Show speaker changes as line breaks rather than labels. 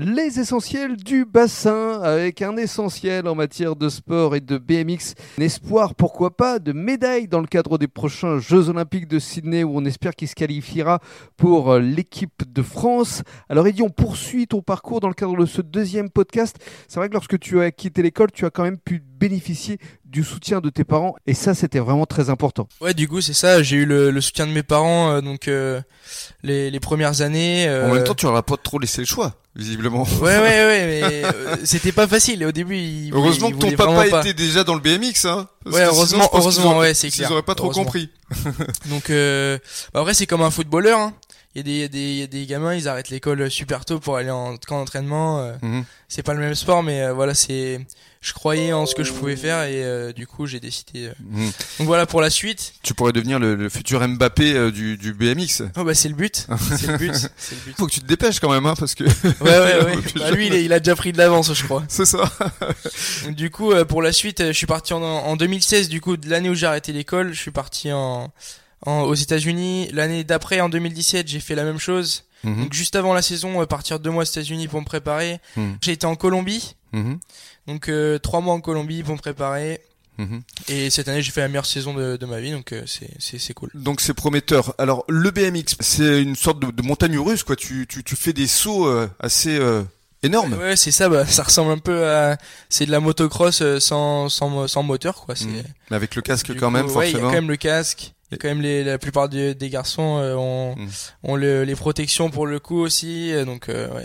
les essentiels du bassin avec un essentiel en matière de sport et de BMX. Un espoir, pourquoi pas, de médaille dans le cadre des prochains Jeux Olympiques de Sydney où on espère qu'il se qualifiera pour euh, l'équipe de France. Alors Eddy, on poursuit ton parcours dans le cadre de ce deuxième podcast. C'est vrai que lorsque tu as quitté l'école, tu as quand même pu bénéficier du soutien de tes parents et ça c'était vraiment très important.
Ouais, du coup, c'est ça. J'ai eu le, le soutien de mes parents, euh, donc euh, les, les premières années.
En
euh,
même temps, tu leur as pas trop laissé le choix, visiblement.
Ouais, ouais, ouais, mais euh, c'était pas facile. Au début, ils voulaient-
Heureusement
ils
que ton
voulaient vraiment
papa
pas.
était déjà dans le BMX, hein. Parce
Ouais,
que sinon,
heureusement-
je pense qu'ils
heureusement,
auraient-
ouais, c'est clair.
Ils auraient pas trop
Heureusement.
compris.
Donc, euh, bah, après, c'est comme un footballeur. hein. Il y, a des- il y a des il y a des gamins, ils arrêtent l'école super tôt pour aller en camp d'entraînement. euh,
Mhm.
C'est pas le même sport, mais euh, voilà, c'est. Je croyais en ce que je pouvais faire et euh, du coup, j'ai décidé. euh.
Mhm.
Donc voilà pour la suite.
Tu pourrais devenir le, le futur Mbappé euh, du, du BMX.
Oh, bah, c'est le but. C'est le but. C'est le but.
Faut que tu te dépêches quand même, hein, parce que
Ouais, ouais, ouais.
Plus
Bah,
jeune.
lui, il, est- il a déjà pris de l'avance, je crois.
c'est ça.
Donc, Du coup, euh, pour la suite, euh, je suis parti en, en 2016, du coup, de l'année où j'ai arrêté l'école, je suis parti en, en- aux États-Unis. L'année d'après, en 2017, j'ai fait la même chose.
Mhm.
Donc, juste avant la saison, euh, partir deux mois aux États-Unis pour me préparer.
Mhm.
J'ai été en Colombie,
Mhm.
donc euh, trois mois en Colombie pour me préparer.
Mhm.
Et cette année, j'ai fait la meilleure saison de, de ma vie, donc euh, c'est- c'est c'est cool.
Donc c'est prometteur. Alors le BMX, c'est une sorte de, de montagne russe, quoi. Tu, tu, tu fais des sauts euh, assez euh, énormes.
Ouais, c'est ça, bah, ça ressemble un peu à. C'est de la motocross euh, sans, sans, sans moteur, quoi. C'est.
Mhm. Mais avec le casque
Du
quand
coup,
même,
ouais, il y a
forcément.
quand même le casque. Il y a quand même les, la plupart des, des garçons euh, ont,
Mm.
ont le- les protections pour le coup aussi. euh, Donc, euh, ouais.